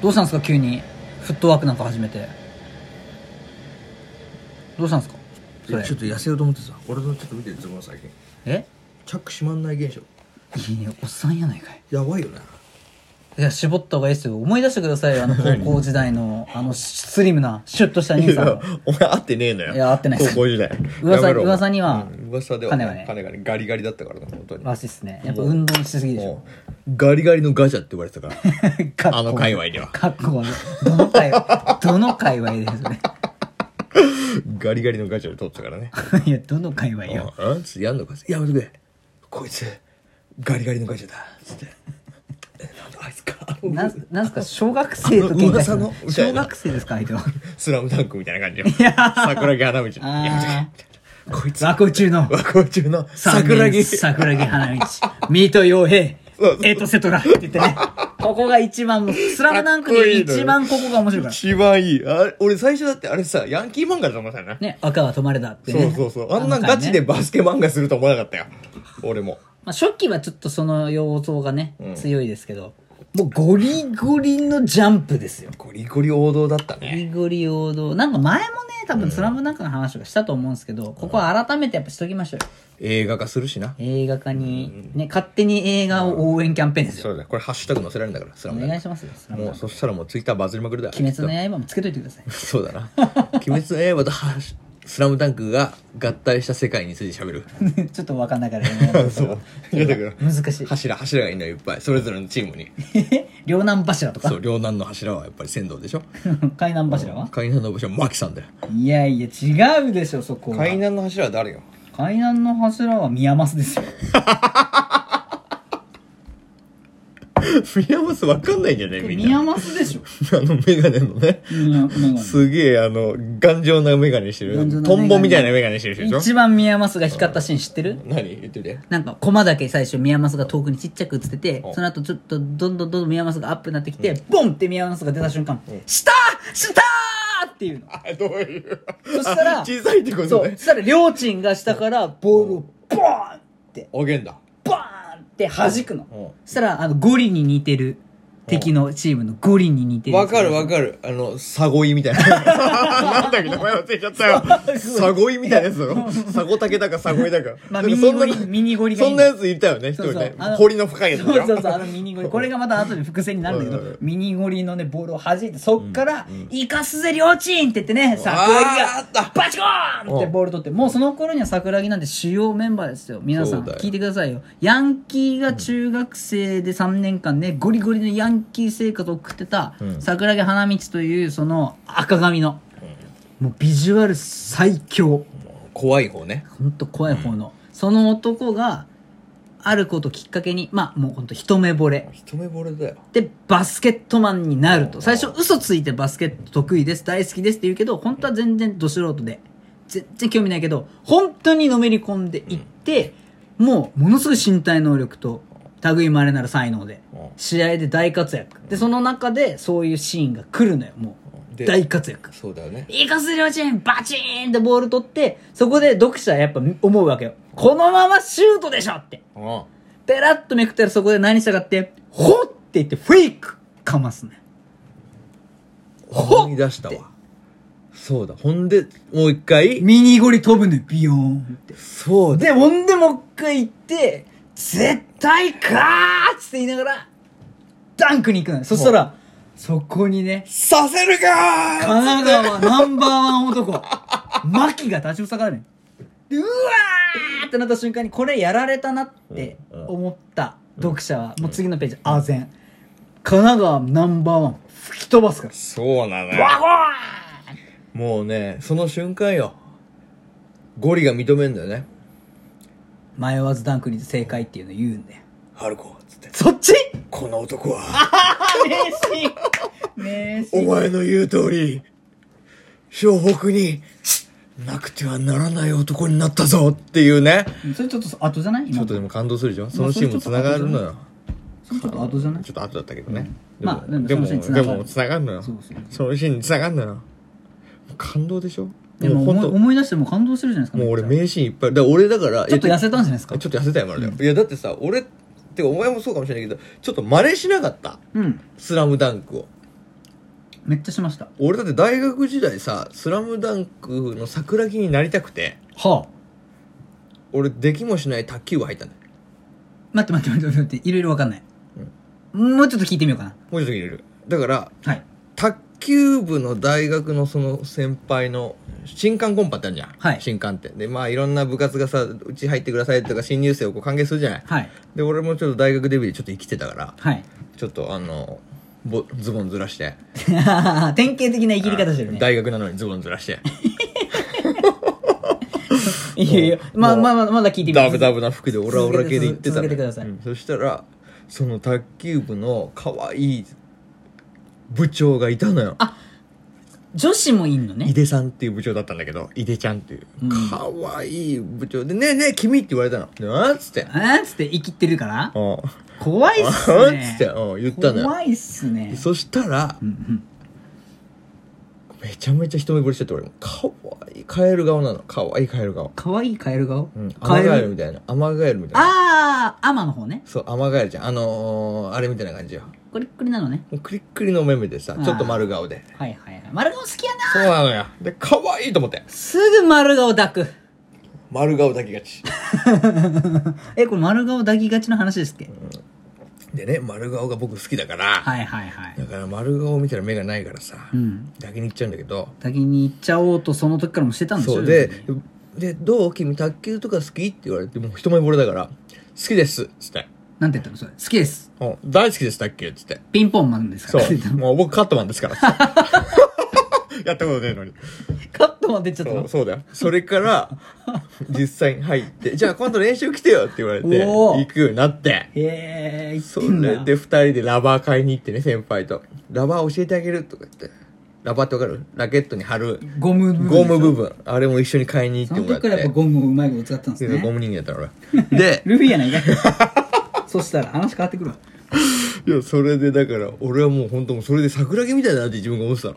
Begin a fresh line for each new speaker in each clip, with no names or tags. どうしたんですか急にフットワークなんか始めてどうしたんですかそれ
ちょっと痩せようと思ってさ俺のちょっと見てるズボン最近
え
チャック閉まんない現象
いいねおっさんやないかい
やばいよね
いや絞った方がいいですよ思い出してください よあの高校時代のあのスリムなシュッとした兄さんを
お前会ってねえのよ
いや会ってない
高校時代
噂
やめろ
噂には
うん噂では
金がね
ね金がねガリガリだったからな本当に
らしいっすねやっぱ運動しすぎでし ょ
もうガリガリのガチャって言われてたから
かっこ
あの界隈では
かっこ悪いどの界隈どの界隈ですね
ガリガリのガチャを取ったからね
いやどの界隈よ
ああつってやんのかやめてくれこいつガリガリのガチャだつって えなんだあいつか
なんなんすか小学生と喧嘩した
あの噂のみ
小
たいな
学生ですか相手は
スラムダンクみたいな感じよ桜木花道
あー
やめてこいつ
学校中の
和光中の桜
桜
木
木桜木花道ミート傭兵
そうそう
エトセトラって言ってねここが一番もうスラムダンクで一番ここが面白いから
一番いいあれ俺最初だってあれさヤンキー漫画だと思ってたよな、
ね赤は止まれだって
そ
ね
うそうそうあんなガチで
の回ね
バスケ漫画すると思わなかったよ俺も
まあ初期はちょっとその要素がね強いですけどもうゴリゴリのジャンプですよ
ゴリゴリ王道だった
ゴリ
ね
ゴリ王道なんか前もね多分スラムダンクの話とかしたと思うんですけどここは改めてやっぱしときましょうよ
映画化するしな
映画化にね勝手に映画を応援キャンペーンですよ
そうだこれハッシュタグ載せられるんだからスラ
お
ムダンク
願いしますよスラム
も
ダンク
うそしたらもうツイッターバズりまくるだ
鬼滅の刃もつけといてください
そうだな鬼滅の刃とハッシュスラムダンクが合体した世界について喋る
ちょっと分かんないからね
そういやだから
難しい
柱柱がいるのよいっぱいそれぞれのチームに
両南柱とか
そう両南の柱はやっぱり仙道でしょ
海南柱は
海南の柱はマキさんだよ
いやいや違うでしょそこは
海
海
南の柱は誰よ
南の柱は宮益ですよ
宮益わかんないんじゃねみんな
宮益 でしょ
あのメガネのね
宮眼鏡
すげえあの頑丈なメガネして
頑丈
る
な
トンボみたいなメガネしてる人でし
一
ょ
番宮益が光ったシーン知ってる
何言ってみて
なんか駒だけ最初宮益が遠くにちっちゃく映ってて
ん
その後ちょっとどんどんどんどん宮益がアップになってきてボンって宮益が出た瞬間「下下!」っていうの
あどういう
そしたら
あ 小さいってこ
そ
と
う
ね
そしたら両親が下からボールをボーンって
おげんだ
バーンって弾くの、
うん
そしたらあのゴリに似てる敵のチームのゴリに似てる
わかるわ
か
かる。あの、サゴイみ たいな。なんだっけ名前忘れちゃったよ。サゴイみたいなやつだろ。サゴタケだかサゴイだか。
まあ
なんか
ミニゴリミニゴリがいい
そんなやついたよね、一人
そうそう
ね
あの。
堀の深いやつ
そう
だ
そうそう
ろ。
あのミ ニゴリこれがまた後で伏線になるんだけ
うんうん
ど
うん
ミニゴリのねボールを弾いてそっから「イカすぜ両親!」って言ってね桜
あーあっ
木
た
がバチコーンってボール取ってもうその頃には桜木なんて主要メンバーですよ皆さん
そうだよ
聞いてくださいよヤンキーが中学生で3年間ねゴリゴリのヤンキー生活を送ってた桜木花道というその赤髪のもうビジュアル最強
怖い方ね。
ほんと怖い方の、その男があることをきっかけにまあもうほんと一目惚れ
一目惚れだよ。
でバスケットマンになると最初嘘ついてバスケット得意です大好きですって言うけど本当は全然ど素人で全然興味ないけど本当にのめり込んでいって、もうものすごい身体能力と類いまれなる才能で
うん
試合で大活躍でその中でそういうシーンが来るのよもう
で
大活躍
そうだよね。
イカス両チームバチーンってボール取って、そこで読者はやっぱ思うわけよ。このままシュートでしょって。
うん。
ペラッとめくったらそこで何したかって、ほっって言ってフェイクかますね。ほっ
思い出したわ。そうだ。ほんで、もう一回。
ミニゴリ飛ぶね、ビヨーンって。
そうだ。
で、ほんでもう一回行って、絶対かーっつって言いながら、ダンクに行くのよ。そしたら、そこにね、
させるか
神奈川ナンバーワン男、牧が立ち塞がるねんでうわーってなった瞬間に、これやられたなって思った読者は、もう次のページ、あぜん。神奈川ナンバーワン、吹き飛ばすから。
そうなのよ
バゴーン
もうね、その瞬間よ。ゴリが認めんだよね。
迷わずダンクに正解っていうの言うんだよ。
春子、つって。
そっち
この男は。
名シーン名シーン
お前の言う通り、湘北に、なくてはならない男になったぞっていうね。
それちょっと後じゃない
ち
今
ょっとでも感動するでしょそのシーンも繋がるのよ。
それちょっと後じゃない
ちょっと後だったけどね。
うんまあ
でも、
で
で
もそ
も、
のシーン繋
で
がる
も繋がるのよ
そうですね。
そのシーンに繋がるのよ。感動でしょ
でも
ほん
思い
とも
思い出しても感動するじゃないですか。
う俺
めっち
名シーンいっぱい。だから俺だから、
ゃちょっと痩せたんじゃないです
え
か
ちょっと痩せたよ、まるで。いや、だってさ、俺、ってかお前もそうかもしれないけど、ちょっと真似しなかった。
うん。
スラムダンクを。
めっちゃしました
俺だって大学時代さ「スラムダンクの桜木になりたくて
はあ
俺できもしない卓球部入ったんだよ
待って待って待って待っていろいろわかんない、もうちょっと聞いてみようかな
もうちょっと入れるだから
はい
卓球部の大学のその先輩の新刊コンパってあるじゃん、
はい
新刊ってでまあいろんな部活がさうち入ってくださいとか新入生をこう歓迎するじゃない
はい
で俺もちょっと大学デビューでちょっと生きてたから
はい
ちょっとあのぼズボンずらして
典型的な生きり方してるね
大学なのにズボンずらして
いやいやまあ
もう
まあまあまだ聞いてみ
ダブダ
ブ
ブな服でオラオラ系で行ってた
続
の
けてください
うんそしたらその卓球部の可愛い部長がいたのよ
あ女子もいんのね
井出さんっていう部長だったんだけど井出ちゃんっていう
うん
可愛い部長で「ねえねえ君」って言われたの「なん?」っつって
あーっつって生きってるから
「うん」っ
怖いっ す
つ
ね
ってうん言ったのよ
怖いっすね
そしたら
うんうん
めちゃめちゃ一目惚れしてて俺も可愛いカエル顔なの可愛いカエル顔
可愛いカエル顔
うんア
カ
マ
エ
ガエル
ル
みたいなアマガエルみたいな
ああアマの方ね
そうアマガエルちゃんあのーあれみたいな感じよ
コリッコリなのね
もうクリックリの目目でさ
あー
ちょっと丸顔で
はいはいはい丸顔好きやな
そうなのよで可愛いと思って
すぐ丸顔抱く
丸顔だけがち
えこれ丸顔抱きがちの話ですっけ
でね丸顔が僕好きだから、
はいはいはい
だから丸顔見たら目がないからさ、
うん
抱きに行っちゃうんだけど
抱きに行っちゃおうとその時からもしてたんでしょ
そうでで「どう君卓球とか好き?」って言われてもう一目惚れだから「好きです」っつって
なんて言ったのそれ好きです
「うん大好きです卓球」っつって
ピンポンマンですか
そ
らって言っ
う
たの
もう僕カットマンですからっつ ってやったことねえのに
カットマン出ちゃった
そ
の
うそうだよそれから実際に入って「じゃあ今度練習来てよ」って言われて
おー
行くようになって
へえ
そ
行ってんだ
れで二人でラバー買いに行ってね先輩と「ラバー教えてあげる」とか言ってラバーってわかるラケットに貼る
ゴム部分
ゴム部分あれも一緒に買いに行っ
そ
て
の
もらっ
時
て
からやっぱゴムをうまいこと使ってたんです
でゴ
ね
ム人 間だったの俺で
ルフィやない かいそしたら話変わってくるわ
いやそれでだから俺はもう本当もうそれで桜木みたいだなって自分が思ってたの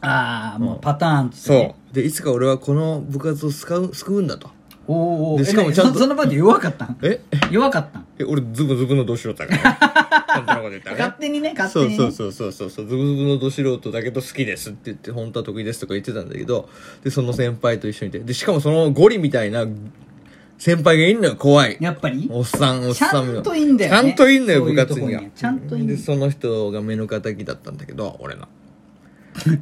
ああもうパターンとしてね
そうでいつか俺はこの部活を救う救うんだと
おおお
でしかもちゃんと
そその場で弱かったん
え
弱かったん
え俺ズブズブのど素人だから 本当のこと言ったらね
勝手にね勝手
そ
に
う
ね
そうそうそうそうそうズブズブのど素人だけど好きですって言って本当は得意ですとか言ってたんだけどでその先輩と一緒にいてでしかもそのゴリみたいな先輩がいんのよ怖い
やっぱり
おっさんおっさんみた
ちゃんといんだよね
ちゃんといんだよ
そうい
部
う
活
とこ
に
に
は
ねちゃんといんだ
で
よ
その人が目の敵だったんだけど俺の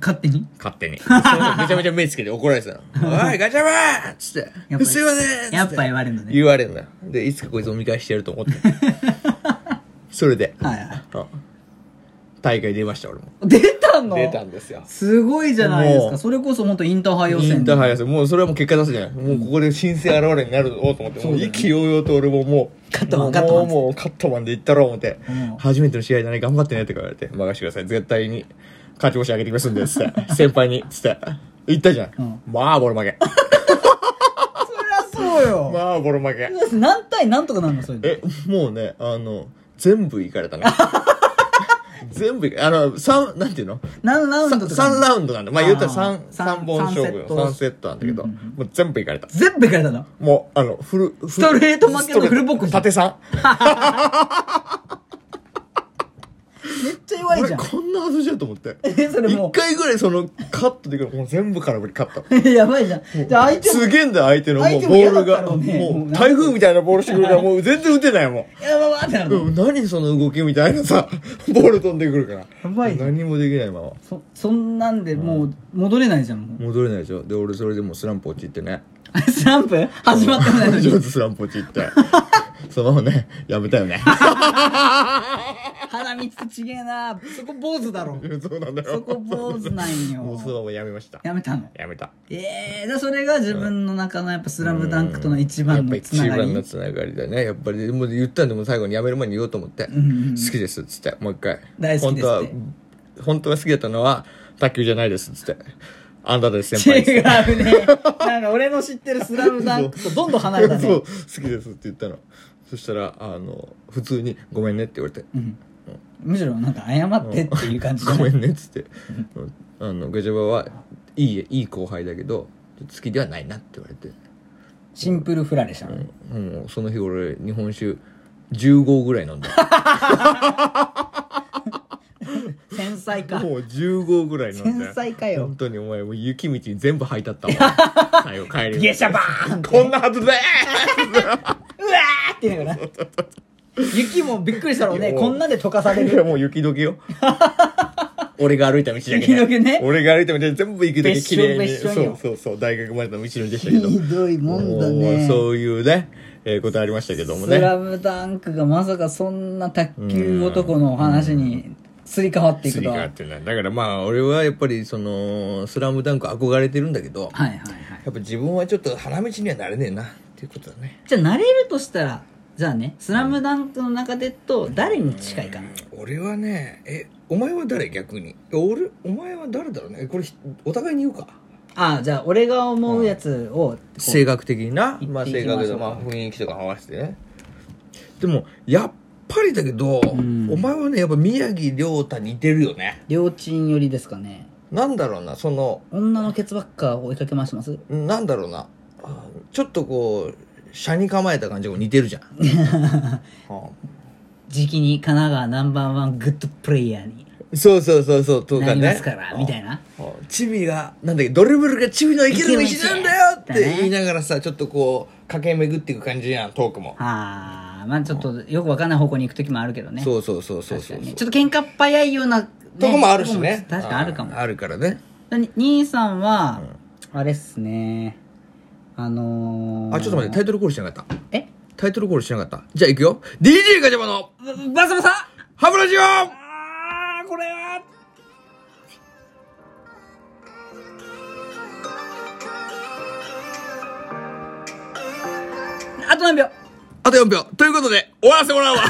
勝手に
勝 手に。その人めちゃめちゃ目つけて怒られてたの。おい、ガチャマンっつ
やっ
っ
ぱ
て。
り
すいません
やっぱ
り
言われるのね
言われるんだよ。で、いつかこいつを見返してやると 思って。それで、
はいはい
うん大会出ました、俺も。
出たの
出たんですよ。
すごいじゃないです
も
か
う
それこそ本当インターハイ予
イ
選
ンターハイですもうそれはもう結果出すじゃない。もうここで新生現れになるぞと思って、
そう
もう
だよね
意気揚々と俺ももう、
カットマン
もう
カットマン
もうカットマンでいったろう思って
うん、
初めての試合だね、頑張ってねって言われて、任せてください。絶対に勝ち星上げてきますんで、つって。先輩に、つって。言ったじゃ
うん
ん。まあ、ボール負け。
そりゃそうよ、
まあ、ボロ負け。
何対何とかなんのそれで
え、もうね、あの、全部いか れたね。全部いか、あの、三、なんていうの
何ラウンドとか
三ラウンドなんだ。まあ言ったら
あー
三、三本勝負
三セッ
の
ト
三セットなんだけど、
うんう
もう全部いかれた。
全部いかれたの
もう、あの、フル、フルス
トレート負けのフルボッコ
ク
ス
縦三。
めっちゃ弱いじ
俺
ゃん
こんなはずじゃんと思って。
え それも
一回ぐらいその、カットできるもう全部空振りカット。
う やばいじゃんじゃあ相手も
すげえんだよ、相手の。も
相
う
手
ボ
も嫌
ール
だった
が。
ろうね
もう、台風みたいなボールしてくるから、もう全然打てないもん。
やばばってなるの、
うん、何その動きみたいなさ、 ボール飛んでくるから。
やばいじゃん
何もできないまま。
そそんなんでもう戻れないじゃんもう
戻れないでしょで俺それでもうスランプ落ちってね
スランプ始まってもないの
ちょっ
に
とスランプ落ちってそのままねやめ たよね
花見つちげえなそこ坊主だろ
そうなんだよ
そこ坊主なんよ
も うそのままやめました
やめたの
やめた
ええー、だそれが自分の中のやっぱ「スラムダンクとの一
や
番
っぱ
の
り
つ
一
なが
番の
り
つながりだねやっぱりもう言ったんでもう最後にやめる前に言おうと思って、
ん
好きですっつってもう一回
大好きですって
本当は本当は好きだったのは卓球じゃないですっつってあんたです先輩っつって
違うねなんか俺の知ってる「スラムダンクとどんどん離 れた
そう
ね
好きですって言ったのそしたらあの普通に「ごめんね」って言われて
むしろなんか謝ってっていう感じ
ご
だ
め
ね
んねっつってうんあのガジャバはいいいい後輩だけど好きではないなって言われて
シンプルフラレしたの
もうその日俺日本酒15ぐらい飲んだ
繊才か
もう15ぐらいなんで
天才かよ
本当にお前もう雪道に全部履い たったわ最後帰り
下車バーンって
こんなはず
う
だ
わーって言いながら雪もびっくりしたろうね
いや
こんなんで溶かされ
いや
る
もう雪解 けよ俺が歩いた道だけ、
雪解けね
俺が歩いた道で全部雪解け
別所
綺麗に
別所
そ
よ
うそうそう大学までの道のりでしたけ
ひ
ど
どいもんだ
もう
ね
そういうね、えーことありましたけども
ス
ね
ラムダンクがまさかそんな卓球男のお話にすり替わってい
ス
く
リ
と
ー
は。は
ガー
い
っていうのはだからまあ俺はやっぱりその「スラムダンク憧れてるんだけど
はいはい。
やっぱ自分はちょっと花道にはなれねえなっていうことだね
じゃあ慣れるとしたら、じゃあね、スラムダンクの中でと誰に近いかな。
俺はねえお前は誰逆に俺お前は誰だろうねこれひお互いに言うか
ああ、じゃあ俺が思うやつを、こう
性格的にな
言っ
まあ
てい
性
きましょう
格でまあ雰囲気とか合わせてねでもやっぱりだけど、
ん
お前はねやっぱ宮城亮太似てるよね
両親寄りですかね。
なんだろうなその
女のケツばっか追いかけ回してます
なんだろうなあちょっとこう車に構えた感じも似て るじゃん、あ
時期に神奈川ナンバーワングッドプレイヤーに
そうそうそうそうとか
な
ね
りますから、みたい
な
な。
チビがなんだっけドリブルがチビの生きる道なんだよって言いながらさちょっとこう駆け巡っていく感じやんトークも、
はあ、まあちょっとよくわかんない方向に行く時もあるけどね。
そうそうそうそう
確
そ
か
う
にねちょっと喧嘩っ早いような、ね
とこもあるしね
とこも確かにあるかも
うん。あるからね
だに兄さんは、あれっすねあのー、
あちょっと待ってタイトルコールしなかった
え
タイトルコールしなかったじゃあ行くよ DJ ガチャバの
ばバサバサ
ハブラジオ
あーこれはあと何秒
あと4秒ということで終わらせてもらうわ